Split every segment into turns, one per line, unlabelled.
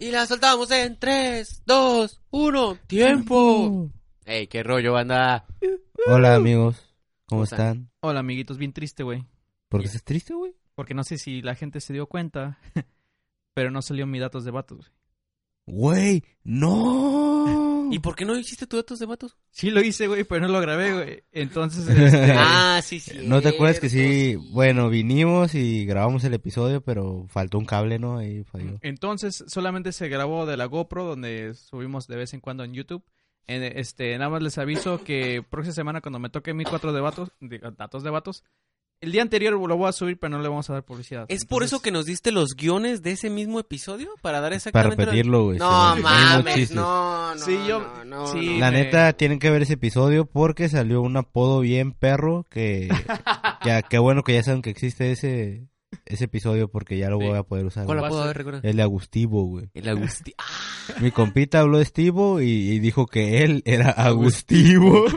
Y la soltamos en 3, 2, 1, tiempo. Ey, qué rollo, banda.
Hola amigos, ¿cómo
¿Cómo están?
están?
Hola, amiguitos, bien triste, güey.
¿Por qué estás triste, güey?
Porque no sé si la gente se dio cuenta, pero no salió mi datos de vatos. güey.
Güey, no.
¿Y por qué no hiciste tus datos de vatos?
Sí lo hice, güey, pero no lo grabé, güey. Entonces, este,
Ah, sí, sí.
¿No te acuerdas que sí? Bueno, vinimos y grabamos el episodio, pero faltó un cable, ¿no? Ahí falló.
entonces solamente se grabó de la GoPro, donde subimos de vez en cuando en YouTube. En- este, nada más les aviso que próxima semana cuando me toque mi cuatro de vatos, de- datos de vatos, el día anterior lo voy a subir, pero no le vamos a dar publicidad.
¿Es por eso que nos diste los guiones de ese mismo episodio? Para dar
Para
exactamente... lo-
repetirlo, güey.
No
se nos caen los
mames,
chistes.
no, no,
Sí, yo-
no, no,
sí.
no.
La
me-
neta, tienen que ver ese episodio porque salió un apodo bien perro que... ya, qué bueno que ya saben que existe ese, ese episodio porque ya lo
Sí.
voy a poder usar.
¿Cuál
güey.
la-
apodo? A ver, recuerda.
El de Agustivo, güey.
El Agustí. Ah,
Mi compita habló de Estivo y, y dijo que él era Agustivo.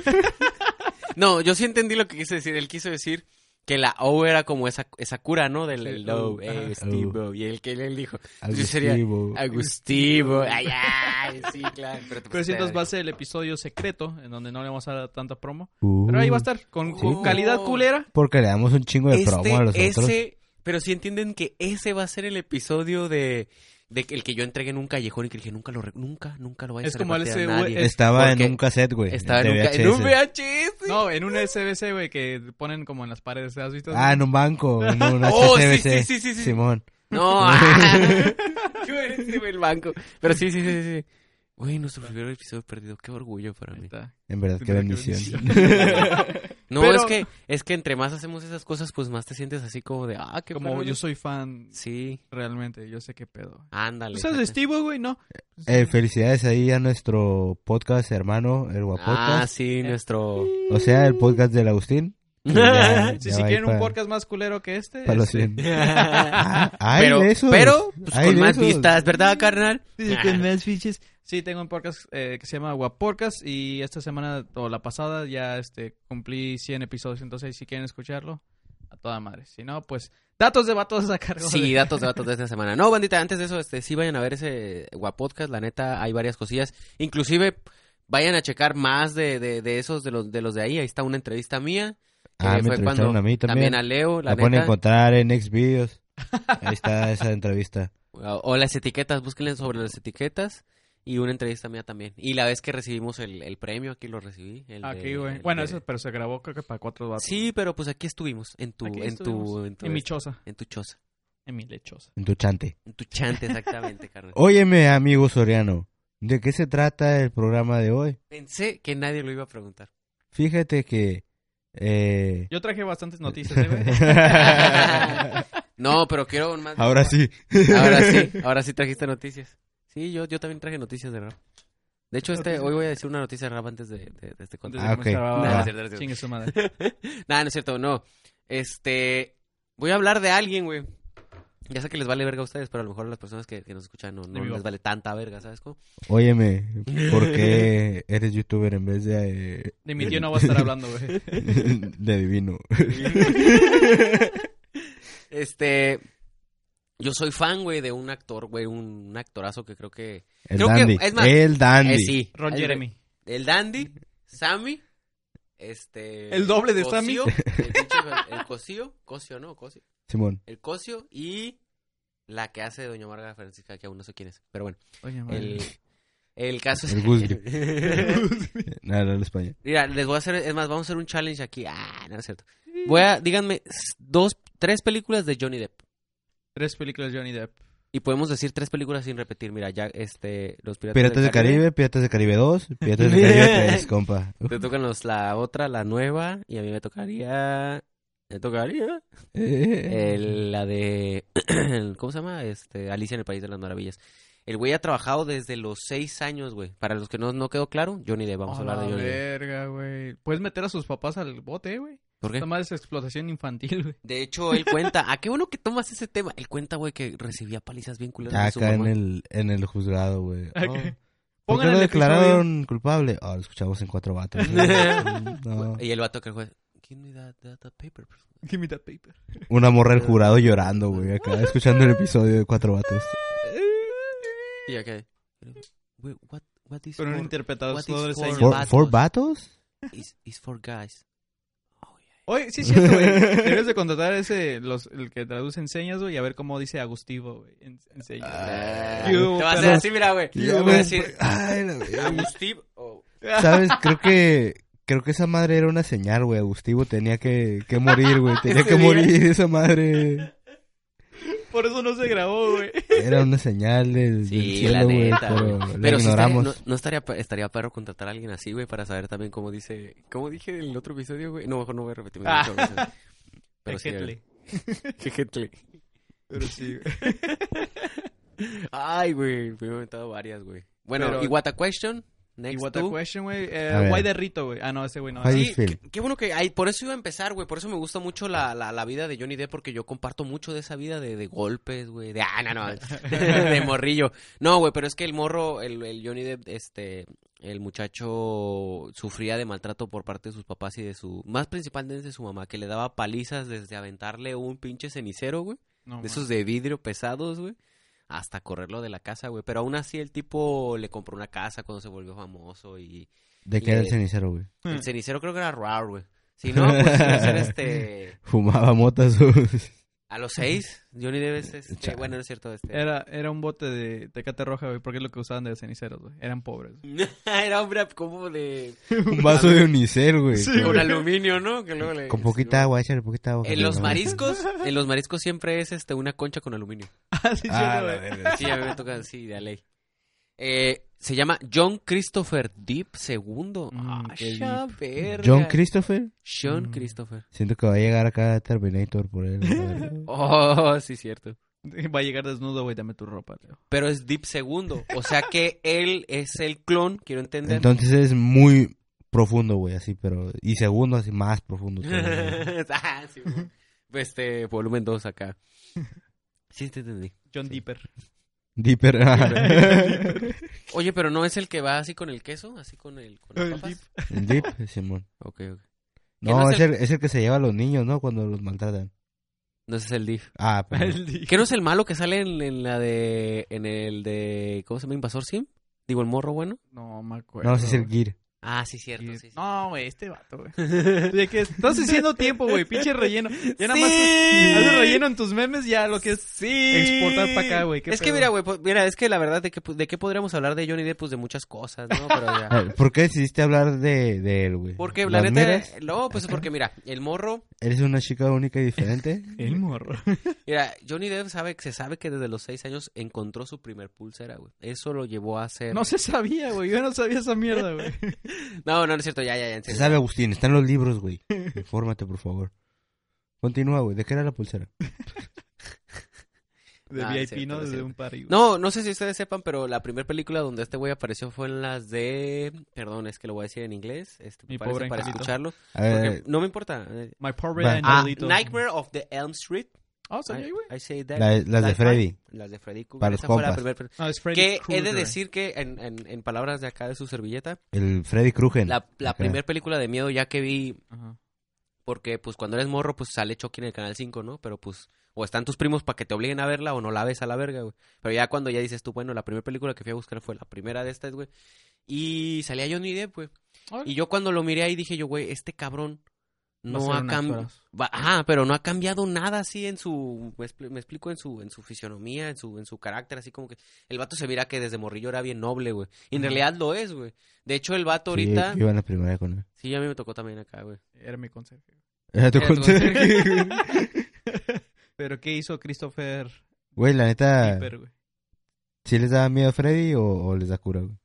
No, yo sí entendí lo que quiso decir. Él quiso decir que la O era como esa, esa cura, ¿no? Del
Sí,
el O,
O,
eh,
ajá.
Steve O. Y el que él dijo, Yo sería
Agustivo.
Agustivo. Ay, ay, sí, claro. Pero, te
Pero
pusiste
sí, entonces
a-
va a ser el episodio secreto, en donde no le vamos a dar tanta promo.
Uh.
Pero ahí va a estar, con, con
Sí.
calidad culera.
Porque le damos un chingo de promo a los
Este,
otros.
ese, pero si entienden que ese va a ser el episodio de, de que- el que yo entregué en un callejón y que dije nunca lo re- nunca nunca lo vayas
Es
a
como el
repartir
ese,
a nadie.
güey, es-
Estaba en
porque
un cassette, güey.
estaba en
de
un, ca- en
VHS.
un VHS.
No, en un SBC, güey, que ponen como en las paredes, ¿has visto?
Ah, en un banco. En un
Oh, sí,
HSBC.
sí, sí, sí, sí.
Simón.
No, ah, tú eres ese güey, el banco. Pero sí, sí, sí, sí. sí. Güey, nuestro primer episodio perdido, qué orgullo para
Ahí
mí.
está.
En verdad, qué
Tendré que
bendición.
No,
Pero-
es que es que entre más hacemos esas cosas, pues más te sientes así como de, ah, qué
Como
perro,
yo
güey.
soy fan,
Sí,
realmente, yo sé qué pedo.
ándale.
¿Tú sabes de
exacto.
Steve, güey? No.
Eh, felicidades ahí a nuestro podcast hermano,
Ah,
el Guapodcast.
sí, nuestro
O sea, el podcast del Agustín. Ya-
Sí,
ya
si
va ahí
quieren
para-
un podcast más culero que este,
Para los
este,
100. Ah, hay
pero,
de esos.
pero pues,
Hay
con
de
más
esos.
vistas, ¿verdad, carnal? Ah,
sí, con más fiches. Sí, tengo un podcast eh, que se llama Guaporcas y esta semana o la pasada ya este cumplí 100 episodios, entonces si quieren escucharlo, a toda madre. Si no, pues datos de vatos a cargo.
Sí,
de-
datos de datos de esta semana. No, bandita, antes de eso, este, sí vayan a ver ese guapodcast, la neta, hay varias cosillas. Inclusive, vayan a checar más de, de, de esos, de los, de los de ahí. Ahí está una entrevista mía.
Ah,
que
me
fue
entrevistaron
cuando-
a mí también.
a Leo, la,
La pueden
neta.
encontrar en Xvideos. Ahí está esa entrevista.
O Ah, o las etiquetas, búsquenle sobre las etiquetas. Y una entrevista mía también. Y la vez que recibimos el, el premio, aquí lo recibí. el
Aquí,
de-
Ah, güey.
el
Bueno,
de-
eso, pero se grabó creo que para cuatro vatos.
Sí, pero pues aquí estuvimos, en tu,
Aquí
en, tu,
estuvimos.
en tu,
En mi
este,
choza.
en tu choza.
En mi lechosa.
En tu chante.
En tu chante, exactamente, carnal.
Óyeme, amigo Soriano, ¿de qué se trata el programa de hoy?
Pensé que nadie lo iba a preguntar.
Fíjate que... eh,
Yo traje bastantes noticias, ¿eh, güey.
No, pero quiero un más.
Ahora sí.
Ahora sí, ahora sí trajiste noticias. Sí, yo, yo también traje noticias de rap. De hecho, este, hoy voy a decir una noticia de rap antes de, de- de este
Antes
contenido.
de
Ah,
que
ok.
me grababa.
Nah, no es
cierto, no es cierto.
Chingue su madre.
Nada, no es cierto, no. Este, voy a hablar de alguien, güey. Ya sé que les vale verga a ustedes, pero a lo mejor a las personas que, que nos escuchan no, no
De mi
les
boca.
vale tanta verga, ¿sabes cómo?
Óyeme, ¿por qué eres youtuber en vez de... eh,
De mi tío no va a estar hablando, güey.
de divino.
Este, yo soy fan, güey, de un actor, güey, un, un actorazo que creo que...
El
Creo que-
dandy.
es más-
el dandy.
Eh, sí.
Ron
El-
Jeremy.
El Dandy, Sammy, este...
¿El doble de Sammy?
Cosío, El, pinche- el Cosío, Cosío, ¿no? Cosío.
Simón.
El Cosío y la que hace Doña Marga Francisca, que aún no sé quién es. Pero bueno,
Oye, madre.
el, el caso es...
El Gus Nada, no, en España.
Mira, les voy a hacer... Es más, vamos a hacer un challenge aquí. Ah, no es cierto. Voy a... Díganme s- dos, tres películas de Johnny Depp.
Tres películas de Johnny Depp.
Y podemos decir tres películas sin repetir. Mira, ya este... Los Piratas,
Piratas del Caribe, Piratas del Caribe 2, Piratas del Caribe 3, compa.
Te tocan los, la otra, la nueva. Y a mí me tocaría... Me tocaría... Eh,
Eh.
El- la de. ¿Cómo se llama? Este, Alicia en el País de las Maravillas. El güey ha trabajado desde los seis años, güey. Para los que no, no quedó claro, Johnny Depp. Vamos a
Oh,
hablar de
la
Johnny Depp.
verga, güey. Puedes meter a sus papás al bote, eh, güey.
¿Por qué?
Esta madre es explotación infantil, güey.
De hecho, él cuenta. ¿A qué bueno que tomas ese tema? Él cuenta, güey, que recibía palizas bien culeras de su
Acá en
mamá.
el, en el juzgado, güey. Oh.
Ok.
¿Por qué
Pongan
lo
el episodio.
declararon culpable? Ah, lo escuchamos en cuatro vatos. No.
Y el vato que el juez. Give me that, that- that paper, por favor".
Give me that paper.
Una morra del jurado llorando, güey, acá escuchando el episodio de cuatro vatos.
Y yo qué. Wait, what, what is
Con un
for-
interpretador
what is
todo de
for-
señas.
¿Por,
Vatos.
¿Por vatos?
is, is for guys.
Oye, sí, es cierto, güey. Debes de contratar ese, los, el que traduce en señas, güey, y a ver cómo dice Agustivo, güey, en, en señas.
Ah,
Te
You,
va a hacer
pero-
así, mira, güey.
Ya
Te va
me-
a decir,
Ay, oh, la verga.
Agustín o...
¿Sabes? Creo que creo que esa madre era una señal, güey. Agustivo tenía que, que morir, güey. Tenía
Ese
que
día.
morir esa madre.
Por eso no se grabó, güey.
Era una señal del, del
Sí, la
cielo, güey.
neta,
Pero,
güey.
la
Pero sí estaría,
ignoramos.
no, no estaría, pa- estaría perro contratar a alguien así, güey, para saber también cómo dice... ¿Cómo dije en el otro episodio, güey? No, mejor no voy a repetir.
Ah.
mucho, güey. Pero sí,
Ejétele.
güey. Jejetle.
Pero sí, güey.
Ay, güey, me he inventado varias, güey. Bueno,
Pero-
y What a Question, next
Y what
tú.
a question, güey.
A
Eh,
ver.
Guay de Rito, güey. Ah, no, ese güey no.
Ay,
Sí,
Huddersfield.
qué, qué bueno que hay, por eso iba a empezar, güey, por eso me gusta mucho la, la, la vida de Johnny Depp, porque yo comparto mucho de esa vida de, de golpes, güey, de, ah, no, no, de morrillo. No, güey, pero es que el morro, el, el Johnny Depp, este, el muchacho sufría de maltrato por parte de sus papás y de su, más principalmente de su mamá, que le daba palizas desde aventarle un pinche cenicero, güey,
No,
de
mames.
esos de vidrio pesados, güey. Hasta correrlo de la casa, güey. Pero aún así el tipo le compró una casa cuando se volvió famoso y
¿De qué era el
Eh,
cenicero, güey?
Hmm.
el cenicero creo que era raro, güey. Si no, pues iba a ser este.
Fumaba motas. güey.
A los seis, Johnny Debes. Este,
Chale.
Bueno, no es cierto. Este... Era...
Era, era un bote de tecate roja, güey, porque es lo que usaban de ceniceros, güey. Eran pobres. güey.
un rap como de.
Un vaso de unicel, güey.
Sí,
con,
Con aluminio, ¿no? Que luego le...
con poquita agua, échale poquita agua.
En
carnal,
los
¿no?
mariscos, en los mariscos siempre es este una concha con aluminio.
Ah, sí,
Ah,
sí,
la
güey.
verga.
Sí, a mí me toca así, de a ley. Eh, se llama John Christopher Deep II.
Mm,
ah,
qué
ya verga.
John Christopher.
John
Mm.
Christopher.
Siento que va a llegar acá Terminator por él. la verga.
Oh, sí, cierto.
Va a llegar desnudo, güey, dame tu ropa, Leo.
Pero es Deep II. O sea que él es el clon, quiero entender.
Entonces es muy profundo, güey, así, pero... Y segundo, así, más profundo. todavía, güey.
Ah, sí, güey. este, volumen 2 acá. Sí, te entendí.
John Deeper.
Deeper.
Oye, pero no es el que va así con el queso, así con el con las
El
papas?
dip.
El Deep, Simón.
Ok, ok.
No,
no es
es, el... es el que se lleva a los niños, ¿no? Cuando los maltratan.
No ese es el div.
Ah, pero...
El Deep.
¿Qué no es el malo que sale en, en la de en el de ¿cómo se llama? Invasor Sim? Digo el morro bueno.
No me acuerdo.
No, ese es el
güey.
Gear.
Ah, sí cierto, sí. sí.
No, güey, este vato, güey. Tú ya que Estás haciendo tiempo, güey. Pinche relleno. Ya nada más
Sí.
haces relleno en tus memes, ya lo que es.
Sí.
Exportar pa' acá, güey, qué
Es que
pedo.
mira, güey, pues, mira, es que la verdad de que de qué podríamos hablar de Johnny Depp pues de muchas cosas, ¿no? Pero ya.
A ver, Ah, ¿Por qué decidiste hablar de, de él, güey?
Porque la
¿Las
neta
miras?
no, pues porque mira, el morro
¿Eres una chica única y diferente?
El morro.
Mira, Johnny Depp sabe, se sabe que desde los seis años encontró su primer pulsera, güey. Eso lo llevó a hacer...
No se sabía, güey. Yo no sabía esa mierda, güey.
no, no, no es cierto, ya, ya, ya. en
Se
serio.
sabe, Agustín, está en los libros, güey. Infórmate, por favor. Continúa, güey. ¿De qué era la pulsera?
De
Ah,
VIP,
cierto,
¿no? Desde
cierto.
un party, güey.
No, no sé si ustedes sepan, pero la primera película donde este güey apareció fue en las de... Perdón, es que lo voy a decir en inglés. Este,
Mi
parece
pobre
para
angelito.
escucharlo.
A
Porque
ver,
no me importa.
My pobre
Va.
Ah,
angelito.
Nightmare of the Elm Street.
Ah,
I,
salió ahí, güey.
I say that.
la- las de
Like
Freddy.
Las de Freddy Krueger.
Para los
Esa fue la
compas.
primera película.
No, es Freddy
Que he de
Krueger.
decir que, en, en- en palabras de acá de su servilleta,
El Freddy Krueger.
la, la
Ajá.
primera película de miedo ya que vi
Ajá.
Porque, pues, cuando eres morro, pues sale Chucky en el canal 5, ¿no? Pero, pues, o están tus primos para que te obliguen a verla o no la ves a la verga, güey. Pero ya cuando ya dices tú, bueno, la primera película que fui a buscar fue la primera de estas, güey. Y salía Johnny Depp, güey.
Órale.
Y yo cuando lo miré ahí dije yo, güey, este cabrón
Va a
no
ser
ha
un
cambiado.
actorazo.
Ajá, pero no ha cambiado nada así en su. Me, expl- me explico, en su, en su fisionomía, en su, en su carácter, así como que. El vato se mira que desde morrillo era bien noble, güey. Y en
Ajá.
realidad lo es, güey. De hecho, el vato
Sí,
ahorita.
Yo iba en la primaria con él.
Sí, a mí me tocó también acá, güey.
Era mi consejo.
Era tu
Era tu
consejo.
Pero ¿qué hizo Christopher
Güey, la neta,
Piper, güey?
¿sí les daba miedo a Freddy o, o les da cura, güey?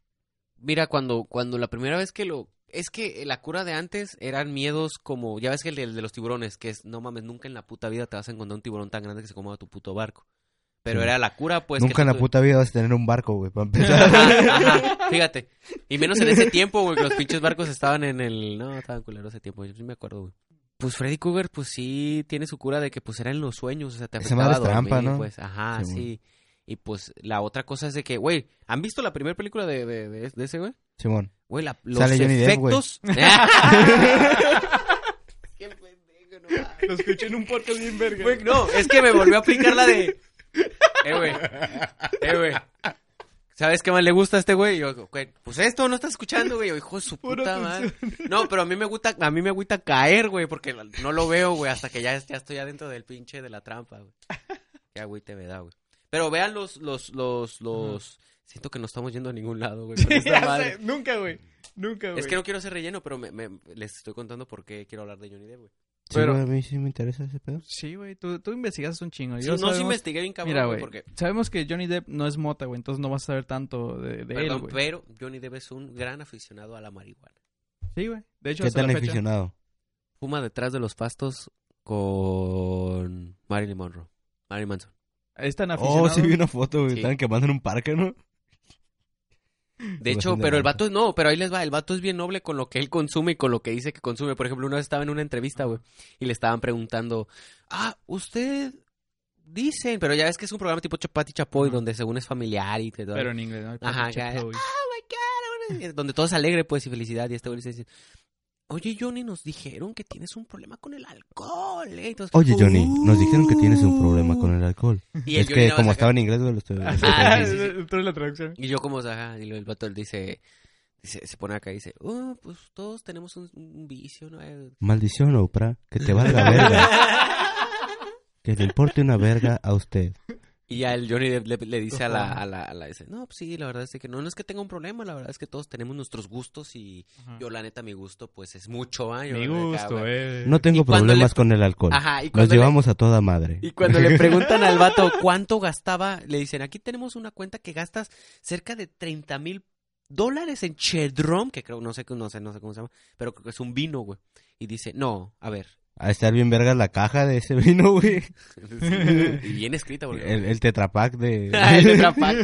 Mira, cuando, cuando la primera vez que lo... Es que la cura de antes eran miedos como... Ya ves que el de, el de los tiburones, que es... No mames, nunca en la puta vida te vas a encontrar un tiburón tan grande que se coma tu puto barco. Pero
Sí.
era la cura, pues... que
Nunca en
tú
la
tu-
puta vida vas a tener un barco, güey, para empezar.
Ajá, ajá, fíjate. Y menos en ese tiempo, güey, que los pinches barcos estaban en el... No, estaban culeros ese tiempo, yo sí me acuerdo, güey. Pues Freddy Krueger, pues sí, tiene su cura de que pues era en los sueños, o sea, te
Esa
afectaba
madre es
dormir,
trampa, ¿no?
pues. Ajá, sí.
Sí, güey.
Y pues la otra cosa es de que, güey, ¿han visto la primera película de, de, de- de ese, güey?
Simón.
Güey, la- los
Sale Johnny Depp, güey.
efectos. Qué pendejo, no mames.
Lo escuché en un podcast bien verga.
Güey, no, es que me volvió a aplicar la de. Eh, güey. Eh, güey. ¿Sabes qué más le gusta a este güey? Y yo, güey, pues esto no estás escuchando, güey. Yo, hijo de su puta madre. No, pero a mí me gusta, a mí me gusta caer, güey, porque la- no lo veo, güey, hasta que ya, ya estoy adentro del pinche de la trampa, güey. Ya, güey, te me da, güey. Pero vean los, los, los, los. Siento que no estamos yendo a ningún lado, güey. con esta
Ya
madre.
sé, Nunca, güey. Nunca, güey.
Es que no quiero hacer relleno, pero me, me- les estoy contando por qué quiero hablar de Johnny Depp, güey.
Sí,
Pero-
güey, a mí sí me interesa ese pedo.
Sí, güey, tú, tú investigas un chingo.
Sí,
Yo
no, sí
sabemos-
investigué bien cabrón,
Mira,
güey,
güey,
porque...
sabemos que Johnny Depp no es mota, güey, entonces no vas a saber tanto de, de él,
Perdón,
güey.
pero Johnny Depp es un gran aficionado a la marihuana.
Sí, güey. De hecho,
¿Qué
hasta
tan
la fecha...
aficionado? Oh,
Fuma detrás de los pastos con Marilyn Monroe. Marilyn Manson.
Es tan aficionado.
Oh, sí vi una foto, güey.
Sí.
Estaban quemando en un parque, ¿no?
De
Pues
hecho,
Bastante
pero el vato
barato.
es no, pero ahí les va, el vato es bien noble con lo que él consume y con lo que dice que consume. Por ejemplo, una vez estaba en una entrevista, güey, y le estaban preguntando, ah, usted dicen, pero ya ves que es un programa tipo Chapati Chapoy,
Ajá.
donde según es familiar y que todo.
Pero en inglés, ¿no?
Ajá, ya, ya. eh, donde todo es alegre, pues, y felicidad, y este güey le dice, oye, Johnny, nos dijeron que tienes un problema con el alcohol, ¿eh? Entonces,
Oye, Johnny, nos dijeron que tienes un
"Uh".
problema con el alcohol.
Y el
Es
Johnny nada
que
más
como
acá-
estaba en inglés, güey, lo estoy... lo estoy
Ah,
traduciendo.
sí, sí.
Entonces la traducción.
Y yo como, ajá, y luego el vato él dice, dice, se pone acá y dice, oh, pues todos tenemos un, un vicio, ¿no? Eh,
Maldición, Oprah, que te valga verga. que le importe una verga a usted.
Y ya el Johnny Depp le, le dice a la, a la, a la- dice, no, pues sí, la verdad es que no, no es que tenga un problema, la verdad es que todos tenemos nuestros gustos y yo la neta mi gusto pues es mucho, ¿ah? Yo,
Mi
acá,
gusto,
güey.
eh.
No tengo
¿Y cuando
problemas
le-
con el alcohol.
Ajá, y
Nos
cuando, le,
llevamos a toda madre.
y cuando le preguntan al vato cuánto gastaba, le dicen, aquí tenemos una cuenta que gastas cerca de 30 mil dólares en Chedrom, que creo, no sé, no sé, no sé cómo se llama, pero creo que es un vino, güey. Y dice, no, a ver,
A estar bien verga la caja de ese vino, güey.
y bien escrita, porque...
El, el tetrapack de...
Ah, el Tetra Pak.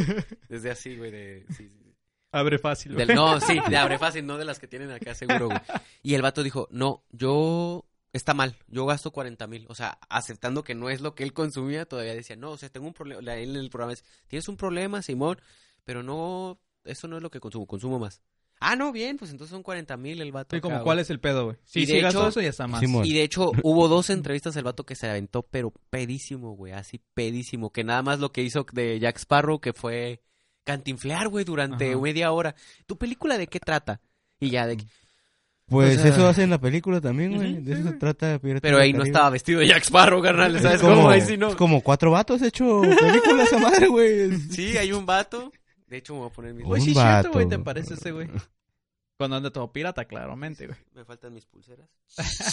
Desde así, güey, de... sí, sí.
Abre fácil, güey.
Del- no, sí, de abre fácil, no de las que tienen acá, seguro, güey. Y el vato dijo, no, yo... Está mal, yo gasto 40 mil. O sea, aceptando que no es lo que él consumía, todavía decía, no, o sea, tengo un problema. La- Él en el programa es, tienes un problema, Simón, pero no, eso no es lo que consumo, consumo más. Ah, no, bien, pues entonces son 40 mil el vato.
Sí,
acá,
como
güey.
cuál es el pedo, güey.
Y
Sí,
de
sí, gasto
hecho-
eso y está más.
Simón.
Y de hecho, hubo dos entrevistas del vato que se aventó, pero pedísimo, güey, así pedísimo. Que nada más lo que hizo de Jack Sparrow, que fue cantinflear, güey, durante
Ajá.
media hora. ¿Tu película de qué trata? Y ya
Mm,
de...
Pues
O sea-
eso hace en la película también, güey.
Ujú,
De
sí,
eso se
güey.
trata Piratas
Pero
del
ahí no
Caribe.
estaba vestido de Jack Sparrow, carnal, ¿sabes cómo? Ahí sí no.
es como cuatro vatos hecho películas a madre, güey.
Sí, hay un vato. De hecho, me voy a poner mis...
Uy.
Güey, sí,
Un
es cierto, güey,
vato.
te parece ese, güey. Cuando anda todo pirata, claramente, güey.
Me faltan mis pulseras.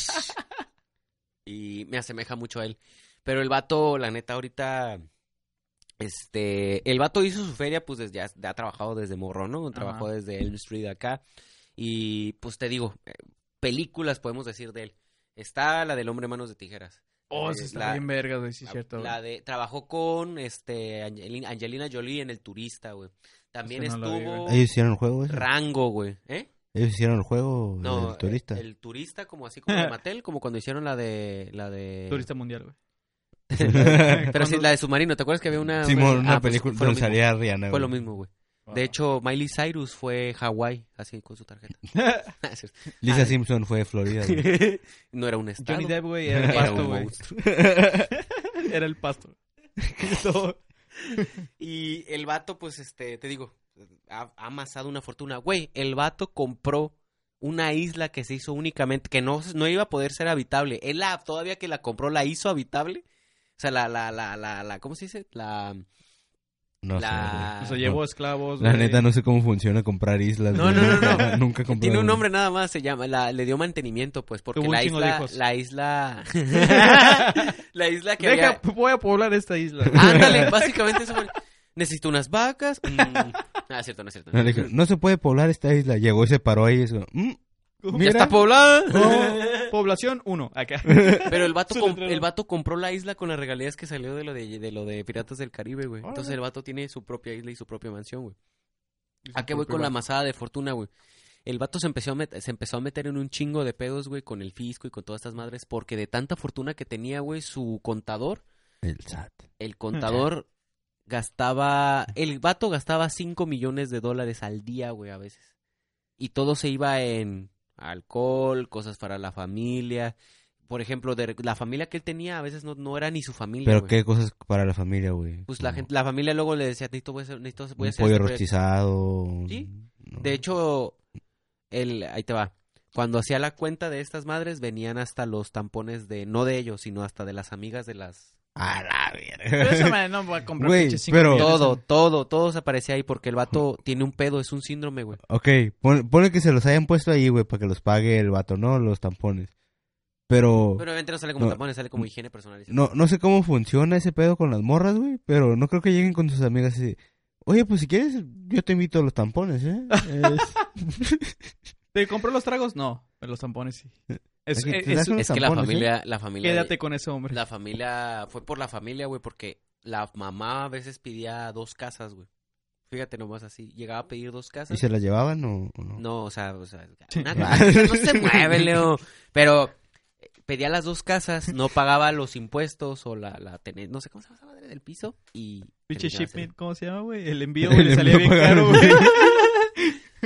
y me asemeja mucho a él. Pero el vato, la neta, ahorita... Este, el vato hizo su feria, pues desde, ha, ha trabajado desde morro, ¿no? Trabajó desde Elm Street acá. Y pues te digo, eh, películas podemos decir de él. Está la del hombre manos de tijeras.
Oh,
Eh,
sí, está
la-
bien verga, güey, sí, es
La-
cierto. güey.
La de, trabajó con este Angelina, Angelina Jolie en El Turista, güey. También
Ese Este no lo vi,
estuvo
Ellos hicieron el juego, ese.
Rango, güey. ¿Eh?
Ellos hicieron el juego
No,
del turista.
El, turista, como así como de Mattel, como cuando hicieron la de. La de...
Turista mundial, güey.
Pero sí, la de submarino. ¿Te acuerdas que había una.
Simón,
Ah,
una
pues,
película
Fue lo,
donde
mismo,
salía Rihanna.
fue lo
güey.
mismo, güey.
Ah.
De hecho, Miley Cyrus fue Hawái, así con su tarjeta. Es cierto.
Lisa
Ah.
Simpson fue de Florida. güey.
no era un estado.
Johnny Depp, güey, era el
Era
pasto,
un
güey.
monstruo.
Era el pasto. Todo.
Y el vato, pues, este, te digo, ha, ha amasado una fortuna. Güey, el vato compró una isla que se hizo únicamente, que no, no iba a poder ser habitable. Él la, todavía que la compró, la hizo habitable. O sea, la, la, la, la, la ¿cómo se dice? La,
No sé,
la... pues,
O sea, pues, llevó esclavos,
güey. La
güey.
neta, no sé cómo funciona comprar islas.
No,
güey.
no, no, no.
Nunca- Nunca compré.
Tiene un
una.
nombre nada más, se llama, la, le dio mantenimiento, pues, porque
Tuvo un
la
chingo de
isla,
hijos.
la isla, la isla que
Deja, Ah,
había-
voy a poblar esta isla.
Ándale, básicamente eso fue. Necesito unas vacas. Mm. Ah, es cierto, no es cierto.
No, le dijeron, "No se puede poblar esta isla. Llegó y se paró ahí. y eso, "Mm,
Ya
mira,
está poblada.
No, población 1, acá.
Pero el vato,
Su
comp-
letrero.
el vato compró la isla con las regalías que salió de lo de, de lo de Piratas del Caribe, güey. Entonces el vato tiene su propia isla y su propia mansión, güey. ¿A qué voy con la masada de fortuna, güey? El vato se empezó, a met- se empezó a meter en un chingo de pedos, güey, con el fisco y con todas estas madres, porque de tanta fortuna que tenía, güey, su contador,
El SAT.
el contador gastaba, el vato gastaba 5 millones de dólares al día, güey, a veces. Y todo se iba en alcohol, cosas para la familia, por ejemplo, de la familia que él tenía a veces no, no era ni su familia.
Pero
güey.
qué cosas para la familia, güey.
Pues la,
Como
gente, la familia luego le decía, necesito, voy a hacer, necesito, voy a
Un
hacer
pollo
este proyecto".
rostizado.
Sí.
¿no?
De hecho, el, ahí te va. Cuando hacía la cuenta de estas madres, venían hasta los tampones de, no de ellos, sino hasta de las amigas de las...
A la
Pero esa
verga.
madre no va a comprar
Güey,
pinches cinco
pero-
millones.
Todo, todo, todo se aparecía ahí porque el vato tiene un pedo, es un síndrome, güey.
ok, pon- ponle que se los hayan puesto ahí, güey, para que los pague el vato, ¿no? Los tampones. Pero...
Pero obviamente no sale como
No.
tampones, sale como higiene personal.
No, no sé cómo funciona ese pedo con las morras, güey, pero no creo que lleguen con sus amigas y... Oye, pues si quieres, yo te invito a los tampones, ¿eh? Es-
¿Te compró los tragos? No, pero los tampones sí. Es,
que
es-
te das
es-
unos
Es que la
tampones, ¿eh?
familia, la familia...
quédate con ese hombre.
La familia, fue por la familia, güey, porque la mamá a veces pedía dos casas, güey. Fíjate nomás así, llegaba a pedir dos
¿Y
casas.
se las llevaban o, o no?
No, o sea, o sea, una casa no se mueve, Leo. Pero eh, pedía las dos casas, no pagaba los impuestos o la, la tene- no sé cómo se llama esa madre del piso. Y. terminaba
Pinche
así.
shipment, ¿cómo se llama, güey? El envío, güey, le salía
envío
bien
pagaron,
caro, güey.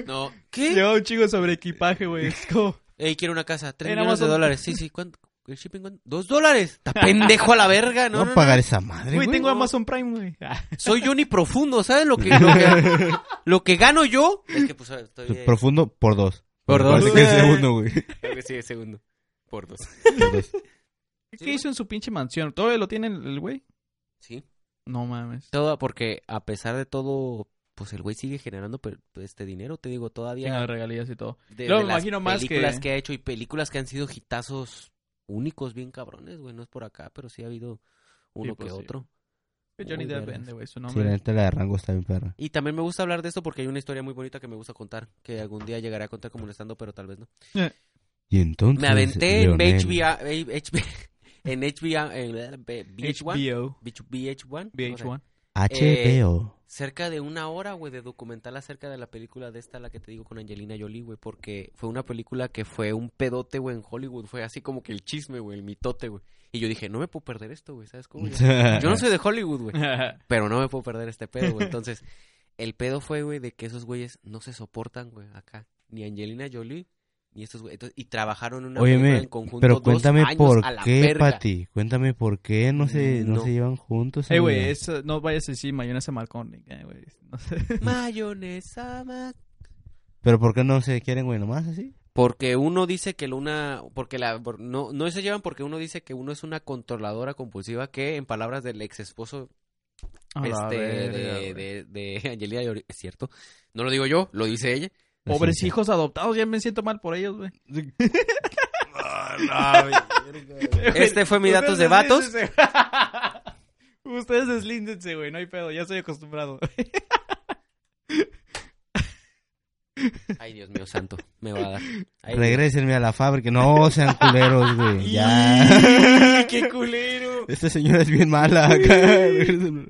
No, ¿qué?
Llevaba un chico sobre equipaje, güey. Es como...
Ey, quiero una casa, tres
Era
millones
más
de
un-
dólares. Sí, sí, ¿cuánto? ¿El shipping cuánto? ¿Dos dólares? ¡Está pendejo a la verga! No,
No,
no, no.
pagar esa madre,
Güey,
güey.
tengo
no.
Amazon Prime, güey. Ah,
Soy yo ni profundo, ¿sabes? Lo que, lo que, lo que gano yo. Es que, pues, estoy. eh,
Profundo por dos.
Por dos,
Parece que es
güey.
segundo, güey.
Creo que sí, es segundo. Por dos.
Por dos.
¿Qué hizo en su pinche mansión? ¿Todavía lo tiene el el güey?
Sí.
No mames.
Todo porque a pesar de todo, pues el güey sigue generando pe- este dinero, te digo,
Tenga
todavía
de regalías y todo.
de,
Yo
de
me
las
imagino más que-
películas que... ha hecho y películas que han sido hitazos únicos, bien cabrones, güey, no es por acá, pero sí ha habido uno
pues,
que
sí.
otro. Muy
Johnny Depp
vergas.
vende, güey, su
Sí, la
nombre.
neta la de Rango está bien perra.
Y también me gusta hablar de esto porque hay una historia muy bonita que me gusta contar, que algún día llegaré a contar como un estando, pero tal vez no.
Y entonces...
Me aventé en
Leonel,
HBO, eh, HB, en HBO, en VH1,
HBO.
VH1, no sé,
VH1.
HBO.
cerca de una hora, güey, de documental acerca de la película de esta, la que te digo con Angelina Jolie, güey, porque fue una película que fue un pedote, güey, en Hollywood. Fue así como que el chisme, güey, el mitote, güey. Y yo dije, no me puedo perder esto, güey, ¿sabes cómo? Yo, yo no soy de Hollywood, güey, pero no me puedo perder este pedo, güey. Entonces, el pedo fue, güey, de que esos güeyes no se soportan, güey, acá. Ni Angelina Jolie, ni estos güeyes. Entonces, y trabajaron una película
Óyeme,
en conjunto
pero
dos
cuéntame
años
por
a la
qué,
verga.
Pati. Cuéntame por qué no se, no
No.
se llevan juntos.
Eh,
amiga.
güey, eso- no vayas a decir mayonesa Malconic, eh, güey. No sé.
Mayonesa, ma-
Pero por qué no se quieren, güey, nomás así.
Porque uno dice que el una, porque la, por- no, no se llevan porque uno dice que uno es una controladora compulsiva que, en palabras del ex esposo
A la
este,
verga,
de,
güey.
de, de Angelina Jolie, es cierto, no lo digo yo, lo dice ella.
La
Pobres
ciencia.
hijos adoptados, ya me siento mal por ellos, güey.
Este fue mi datos de vatos.
Ustedes deslíndense. Ustedes deslíndense, güey, no hay pedo, ya estoy acostumbrado.
Ay, Dios mío, santo, me va a dar. Ay,
Regrésenme a la fábrica. No sean culeros, güey. Ya.
Dios. ¡Qué culero!
Esta señora es bien mala. acá. Regrésenme.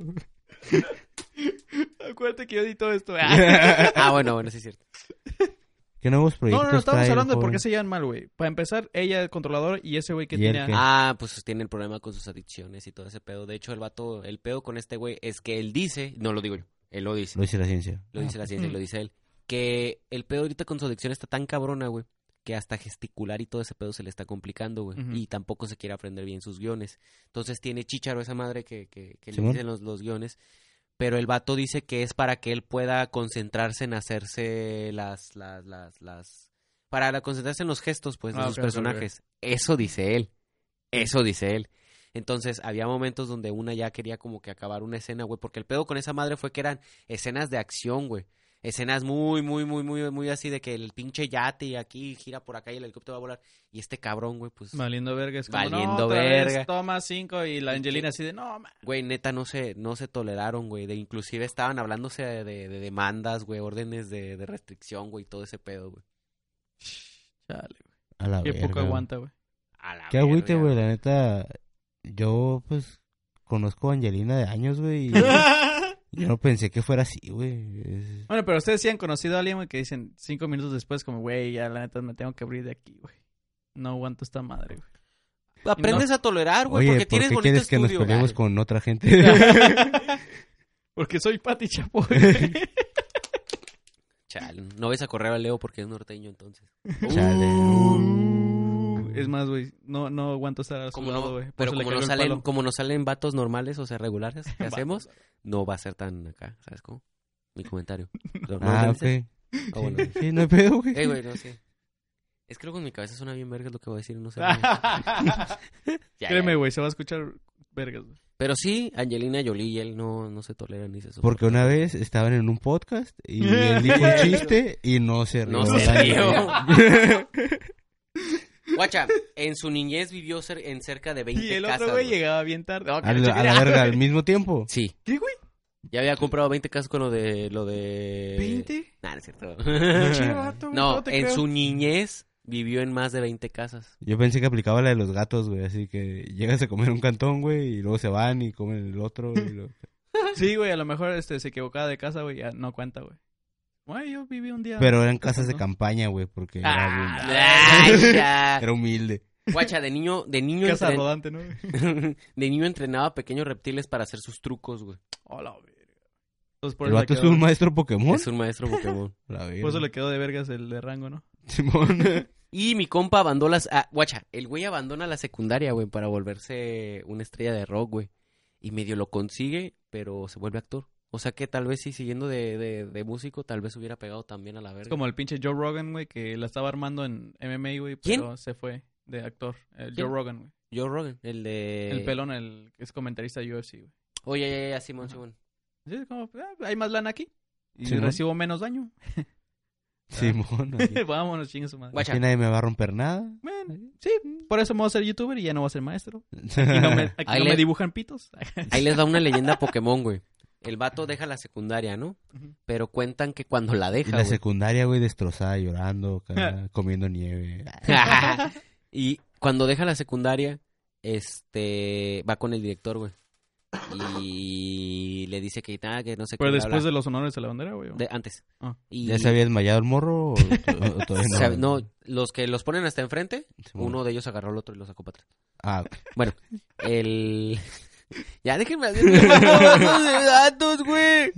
Acuérdate que yo di todo esto.
Ah, bueno, bueno, sí es cierto.
¿Qué nuevos
No,
proyectos
no, no,
trae
estábamos
el
hablando de por
joven?
qué se llevan mal, güey. Para empezar, ella el controlador y ese güey que
¿Y él
tiene...
qué?
Ah, pues tiene el problema con sus adicciones y todo ese pedo. De hecho, el vato, el pedo con este güey es que él dice, no lo digo yo, él lo dice.
Lo dice la ciencia.
Lo dice la ciencia y
Mm.
lo dice él. Que el pedo ahorita con su adicción está tan cabrona, güey, que hasta gesticular y todo ese pedo se le está complicando, güey.
Ujú.
Y tampoco se quiere aprender bien sus guiones. Entonces tiene chicharo esa madre que, que, que le
Simón.
dicen los, los guiones. Pero el vato dice que es para que él pueda concentrarse en hacerse las, las, las, las... Para la- concentrarse en los gestos, pues, de
Ah,
sus
ok, ok, ok.
personajes. Eso dice él. Eso dice él. Entonces, había momentos donde una ya quería como que acabar una escena, güey, porque el pedo con esa madre fue que eran escenas de acción, güey. Escenas muy, muy, muy, muy, muy así de que el pinche yate y aquí gira por acá y el helicóptero va a volar. Y este cabrón, güey, pues,
Valiendo verga, es como,
Valiendo
no, otra vez,
verga.
toma cinco y la Angelina así de, no, ma.
güey, neta, no se, no se toleraron, güey. De, inclusive estaban hablándose de, de- de demandas, güey, órdenes de, de restricción, güey, todo ese pedo, güey.
Chale,
A la
qué poco
verga, güey.
aguanta, güey.
A la
Qué agüite,
verga,
güey. La neta, yo, pues, conozco a Angelina de años, güey. y yo no pensé que fuera así, güey. Es-
Bueno, pero ustedes sí han conocido a alguien, güey, que dicen cinco minutos después como, güey, ya la neta me tengo que abrir de aquí, güey. No aguanto esta madre, güey.
Aprendes a tolerar, güey,
Oye,
porque
¿por
tienes
qué
bonito
quieres que nos
estudio,
peleemos
güey.
con otra gente?
Porque soy Pati Chapoy. güey.
Chale, no ves a correr a Leo porque es norteño, entonces.
Chale.
Uh,
Es más, güey, no, no aguanto estar al
Como
su
no-
lado, güey.
pero como no, salen,
salen
como no salen vatos normales, o sea, regulares, ¿qué
Vatos.
hacemos? No va a ser tan acá, ¿sabes cómo? Mi comentario. Los
Ah,
normales,
ok. Sí,
ah, bueno.
sí, no hay pedo, güey.
Eh, güey, no sé. Es que luego en mi cabeza suena bien verga lo que voy a decir, no sé. Ya,
Ah, Créeme,
ya.
güey, se va a escuchar vergas, güey.
Pero sí, Angelina Jolie y él no, no se toleran ni se soportan.
Porque una vez estaban en un podcast y él dijo un chiste y no se
No
rió
se
nadie.
rió. Guacha, en su niñez vivió cer- en cerca de 20
Y el
casas.
otro güey
güey.
llegaba bien tarde. No, que
A
no
la, a
chequen-
la
Ah,
verga,
güey.
al mismo tiempo.
Sí.
¿Qué, güey?
Ya había comprado 20 casas con lo de... Lo de...
¿20?
Nah, no es cierto.
Che, vato, güey,
Eh, no,
no te
en
creo.
su niñez vivió en más de 20 casas.
Yo pensé que aplicaba la de los gatos, güey. Así que llegas a comer un cantón, güey, y luego se van y comen el otro. y lo-
Sí, güey, a lo mejor este, se equivocaba de casa, güey, ya no cuenta, güey. Güey, yo viví un día.
Pero eran casas de
Cantón.
campaña, güey, porque
Ah.
era, bien-
Ay, ya.
era humilde.
Guacha, de niño, de niño,
Casa
entren-
rodante, ¿no?
de niño entrenaba pequeños reptiles para hacer sus trucos, güey.
Hola, güey. Entonces, Pues por
El
eso le
vato es
quedó-
un maestro Pokémon.
Es un maestro Pokémon.
La verga.
Por eso le quedó de vergas el de rango, ¿no?
Simón.
Y mi compa abandonó las... ah, guacha, el güey abandona la secundaria, güey, para volverse una estrella de rock, güey. Y medio lo consigue, pero se vuelve actor. O sea que tal vez sí, siguiendo de, de, de músico, tal vez hubiera pegado también a la
Es
verga.
como el pinche Joe Rogan, güey, que la estaba armando en MMA, güey,
¿Quién?
pero se fue de actor. El
¿Quién? Eh.
Joe Rogan, güey.
Joe Rogan, el de...
El pelón, el que es comentarista de UFC, güey.
Oye, ya, ya, ya, Simón,
Ajá.
Simón.
Sí, es como, ah, hay más lana aquí. Y
Simón.
recibo menos daño.
Simón. aquí-
Vámonos, chingue su madre.
Guacha.
Aquí nadie me va a romper nada.
Bueno, sí, por eso me voy a ser youtuber y ya no voy a ser maestro. Aquí no me, aquí
Ahí
no
le-
me dibujan pitos.
Ahí les da una leyenda Pokémon, güey. El vato deja la secundaria, ¿no?
Ujú.
Pero cuentan que cuando la
Y
deja,
la
güey,
secundaria, güey, destrozada, llorando, acá, comiendo nieve.
y cuando deja la secundaria, este va con el director, güey. Y le dice que nada, que no sé
Pero
qué. bla,
después
bla.
de los honores a la bandera, güey. ¿o?
De- antes.
Ah.
Y
¿Ya se había desmayado el morro o, o todavía no?
sabe- no, los que los ponen hasta enfrente,
Simón.
uno de ellos agarró al otro y lo sacó para atrás.
Ah,
El Ya déjenme hacer datos de datos, güey.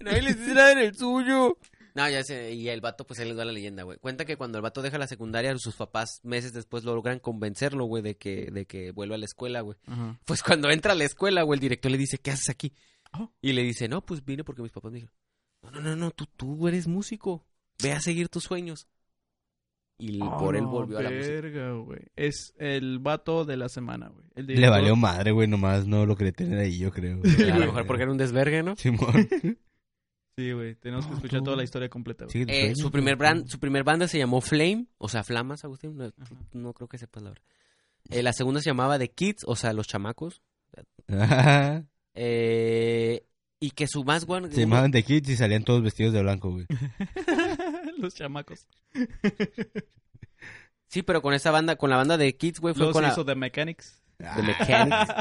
Nadie les dice nada en el suyo. No, ya sé, y el vato, pues él les da la leyenda, güey. Cuenta que cuando el vato deja la secundaria, sus papás meses después logran convencerlo, güey, de que, de que vuelva a la escuela, güey.
Ajá.
Pues cuando entra a la escuela, güey, el director le dice, ¿qué haces aquí?
Oh.
Y le dice, no, pues vine porque mis papás me dijeron, no, no, no, no, tú, tú eres músico, ve a seguir tus sueños. Y
Ah,
por él
no,
volvió a la música.
verga, güey. Es el vato de la semana, güey. El
le
director-
valió madre, güey, nomás no lo quería tener ahí, yo creo.
A lo mejor porque era un desvergue, ¿no? Eh,
Simón.
Sí, güey. Tenemos que
No,
escuchar
tú-
toda la historia completa, güey.
Sigue tu
Eh,
sueño,
su,
güey.
primer brand, su primer banda se llamó Flame, o sea, Flamas, Agustín, no,
Ajá.
no creo que sepas la verdad. Eh, la segunda se llamaba The Kids, o sea, Los Chamacos.
Ajá.
Eh, y que su más... guan-
Se llamaban de kids y salían todos vestidos de blanco, güey.
los chamacos.
Sí, pero con esa banda, con la banda de Kids, güey, fue
Los
con la...
hizo de Mechanics.
The
Ah.
Mechanics.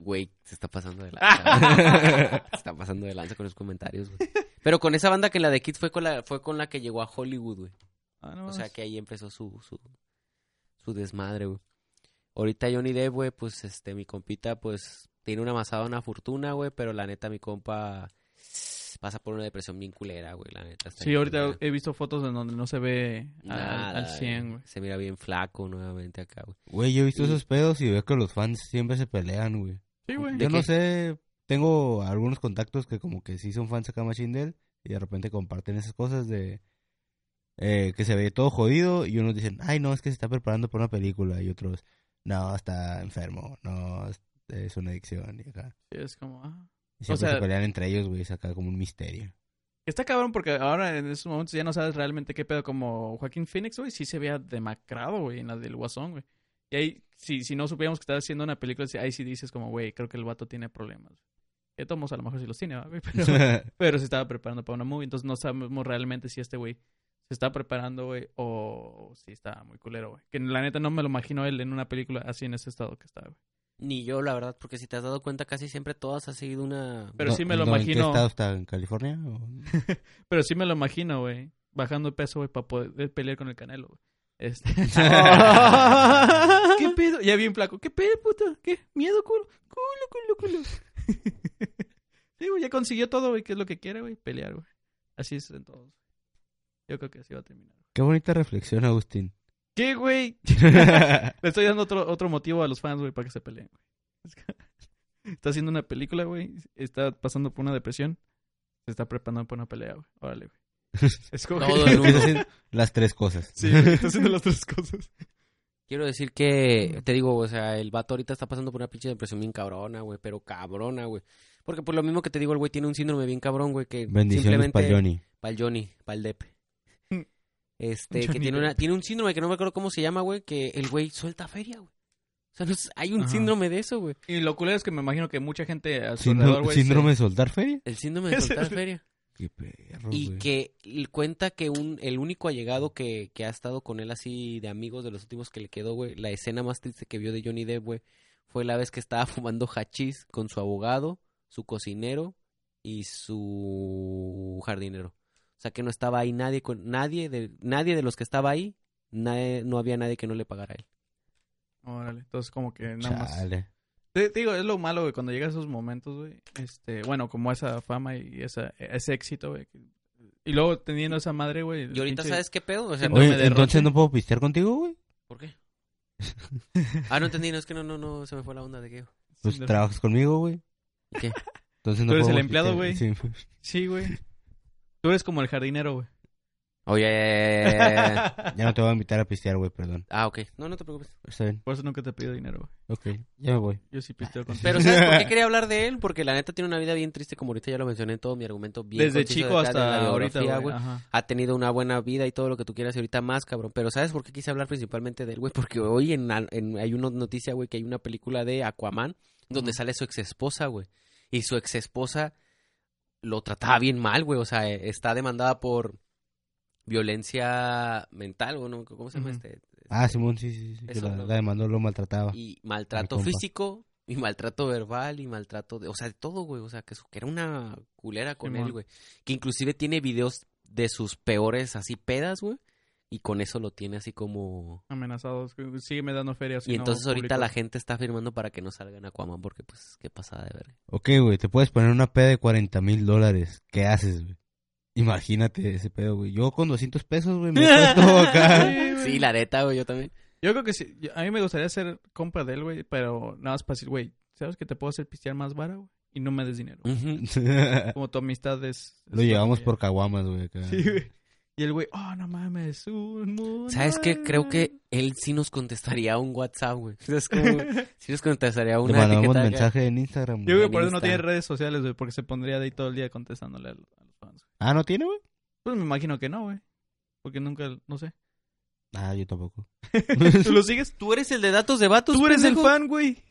Güey, se está pasando de lanza. se está pasando de lanza con los comentarios, güey. Pero con esa banda que la de Kids fue con la, fue con la que llegó a Hollywood, güey.
Ah, no,
O sea que ahí empezó su, su, su desmadre, güey. Ahorita Johnny Depp, güey, pues este, mi compita, pues, tiene una amasada una fortuna, güey, pero la neta, mi compa pasa por una depresión bien culera, güey, la neta. está
Sí,
bien
ahorita
culera.
he visto fotos en donde no se ve al,
Nada, eh.
al 100, güey.
Se mira bien flaco nuevamente acá, güey.
Güey, yo he visto
Y-
esos pedos y veo que los fans siempre se pelean, güey.
Sí, güey.
¿De
Yo no
qué?
sé, tengo algunos contactos que como que sí son fans acá machín de él y de repente comparten esas cosas de eh, que se ve todo jodido y unos dicen, ay no, es que se está preparando para una película y otros, no, está enfermo, no, es- es una adicción y acá.
Sí, Es como... ah.
Y siempre
sea-
se pelean entre ellos, güey, es acá como un misterio.
Está cabrón porque ahora en estos momentos ya no sabes realmente qué pedo. Como Joaquín Phoenix, güey, sí se veía demacrado, güey, en la del Guasón, güey. Y ahí, si, si no supiéramos que estaba haciendo una película, sí- ahí sí dices como, güey, creo que el vato tiene problemas. Que tomos a lo mejor sí los tiene, ¿va, güey, pero... Pero se estaba preparando para una movie, entonces no sabemos realmente si este güey se está preparando, güey, o si está muy culero, güey. Que la neta no me lo imagino él en una película así en ese estado que está, güey.
Ni yo, la verdad, porque si te has dado cuenta, casi siempre todas ha seguido una...
Pero
No-
sí me lo
no, ¿En qué
imagino,
estado está? ¿En California? ¿O-
pero sí me lo imagino, güey, bajando de peso, güey, para poder pelear con el canelo, güey. Este... ¿Qué pedo? Ya bien flaco. ¿Qué pedo, puta? ¿Qué? Miedo, culo. Culo, culo, culo. sí, güey, ya consiguió todo, güey, que es lo que quiere, güey, pelear, güey. Así es en todos. Yo creo que así va a terminar.
Qué bonita reflexión, Agustín.
¿Qué, güey? Le estoy dando otro, otro motivo a los fans, güey, para que se peleen. güey. Es que- Está haciendo una película, güey. Está pasando por una depresión. Se está preparando para una pelea, güey. Órale, güey. Escoge.
Todo en uno.
Eso sí, las tres cosas.
Sí, güey, está haciendo las tres cosas.
Quiero decir que, te digo, o sea, el vato ahorita está pasando por una pinche depresión bien cabrona, güey, pero cabrona, güey. Porque por lo mismo que te digo, el güey tiene un síndrome bien cabrón, güey, que
Bendiciones
simplemente...
para Johnny.
Pa'l Johnny, pa'l Dep. Este, que
Mm. Johnny
tiene, una,
Depp.
tiene un síndrome que no me acuerdo cómo se llama, güey, que el güey suelta feria, güey. O sea, no es- hay un
Ajá.
síndrome de eso, güey.
Y lo culero es que me imagino que mucha gente a su
Síndro-
alrededor, güey.
¿Síndrome de soltar feria?
El síndrome de
Ese-
soltar feria.
Qué perro,
Y
güey.
que l- cuenta que un, el único allegado que, que ha estado con él así de amigos de los últimos que le quedó, güey, la escena más triste que vio de Johnny Depp, güey, fue la vez que estaba fumando hachís con su abogado, su cocinero y su jardinero. O sea que no estaba ahí nadie con nadie de nadie de los que estaba ahí, nadie- no había nadie que no le pagara a él.
se- Órale. Entonces, como que nada más.
Chale.
Te, te digo, es lo malo, güey, cuando llega a esos momentos, güey. Este, bueno, como esa fama y esa, ese éxito, güey. que- Y luego teniendo esa madre, güey. el
Y ahorita
pinche-
sabes qué pedo, o sea,
Oye,
no me
Oye,
derroche.
entonces no puedo pistear contigo, güey.
¿Por qué? Ah, no entendí, no es que no no no se me fue la onda de que
Pues
síndrome-
trabajas conmigo, güey.
¿Y qué?
Entonces no
Tú eres el
podemos
empleado, güey.
pistear. Sí.
Sí, güey. Tú eres como el jardinero, güey.
Oh,
Oye.
Ya no te voy a invitar a pistear, güey, perdón.
Ah, ok. No, no te preocupes.
Está bien.
Por eso nunca te pido dinero, güey.
Ok, ya me voy.
Yo sí pisteo con
Ah, Pero ¿sabes por qué quería hablar de él? Porque la neta tiene una vida bien triste, como ahorita ya lo mencioné en todo mi argumento. Bien
Desde
conciso
chico
de acá, de la
hasta ahorita,
biografía,
güey. Ajá.
Ha tenido una buena vida y todo lo que tú quieras y ahorita más, cabrón. Pero ¿sabes por qué quise hablar principalmente de él, güey? Porque hoy en, la- en- hay una noticia, güey, que hay una película de Aquaman donde sale su exesposa, güey. Y su exesposa lo trataba bien mal, güey. O sea, eh, está demandada por violencia mental, o no, ¿cómo se llama
Ujú.
este?
Ah, Simón, sí, sí, sí. que
Eso
la,
no.
la demandó, lo maltrataba.
y maltrato
compa.
físico y maltrato verbal y maltrato de, o sea de todo güey o sea que, su- que era una culera con él
Simón.
güey que inclusive tiene videos de sus peores así pedas güey y con eso lo tiene así como
Amenazados. güey, Sígueme dando ferias.
y entonces ahorita la gente está firmando para que no salgan Aquaman porque pues qué pasada de ver
Ok, güey, te puedes poner una peda de 40 mil dólares. ¿Qué haces, güey? Imagínate ese pedo, güey. Yo con 200 pesos, güey, me puesto acá.
sí la neta güey yo también
Yo creo que sí. yo- A mí me gustaría ser compa de él, güey. Pero nada más para decir, güey, ¿sabes que te puedo hacer pistear más vara, güey? Y no me des dinero.
Ujú.
Como tu amistad es.
lo llevamos por caguamas, güey. acá.
Sí, güey. Y el güey, oh, no mames, un mundo.
sabes qué creo que uh, él sí nos contestaría un WhatsApp güey es como sí nos contestaría
Te
una
mandamos
etiqueta acá.
mensaje en Instagram.
Yo
güey.
creo que por eso no
Insta.
tiene redes sociales, güey, porque se pondría de ahí todo el día contestándole a los a los fans.
Ah, ¿no tiene, güey?
Pues me imagino que no, güey. Porque nunca, no sé.
Ah, yo tampoco.
¿Tú lo sigues?
tú eres el de datos de vatos
Tú eres el
Pues, pendejo.
fan, güey.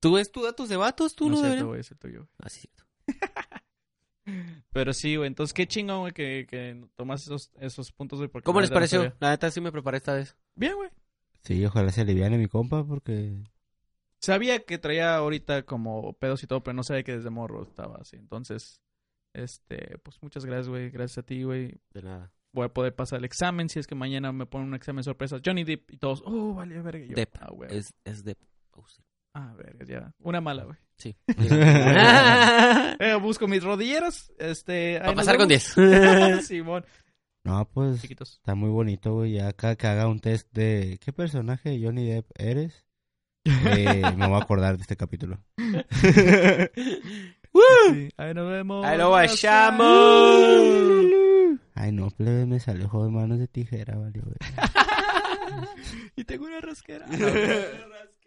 tú es tu datos de vatos tú
No
no,
es
deberías-
cierto, güey, es el tuyo.
Ah, sí, cierto.
güey. Pero sí, güey, entonces qué chingón, güey, que, que tomas esos, esos puntos, güey. porque
¿Cómo
la
les
neta no
pareció?
sabía.
La neta sí me preparé esta vez.
Bien, güey.
Sí, ojalá se aliviane mi compa porque...
Sabía que traía ahorita como pedos y todo, pero no sabía que desde morro estaba así. Entonces, este, pues muchas gracias, güey. Gracias a ti, güey.
De nada.
Voy a poder pasar el examen si es que mañana me ponen un examen sorpresa. Johnny Depp y todos, oh, vale, verga. Y yo,
Depp.
Ah, güey.
Es, es de... oh, sí.
Ah, verga, ya. Una mala, güey.
Sí. Mira.
Eh, busco mis rodilleras. Este.
Va a pasar con 10.
10. Simón.
No, pues...
Chiquitos.
Está muy bonito, güey. Ya cada que haga un test de qué personaje de Johnny Depp eres, eh, me voy a acordar de este capítulo.
Sí. Ahí nos vemos.
¡Ahí lo guachamos!
Ay, no, plebe, me salió de manos de tijera, vale, güey.
Y tengo una rasquera. Ah, güey, una rasquera.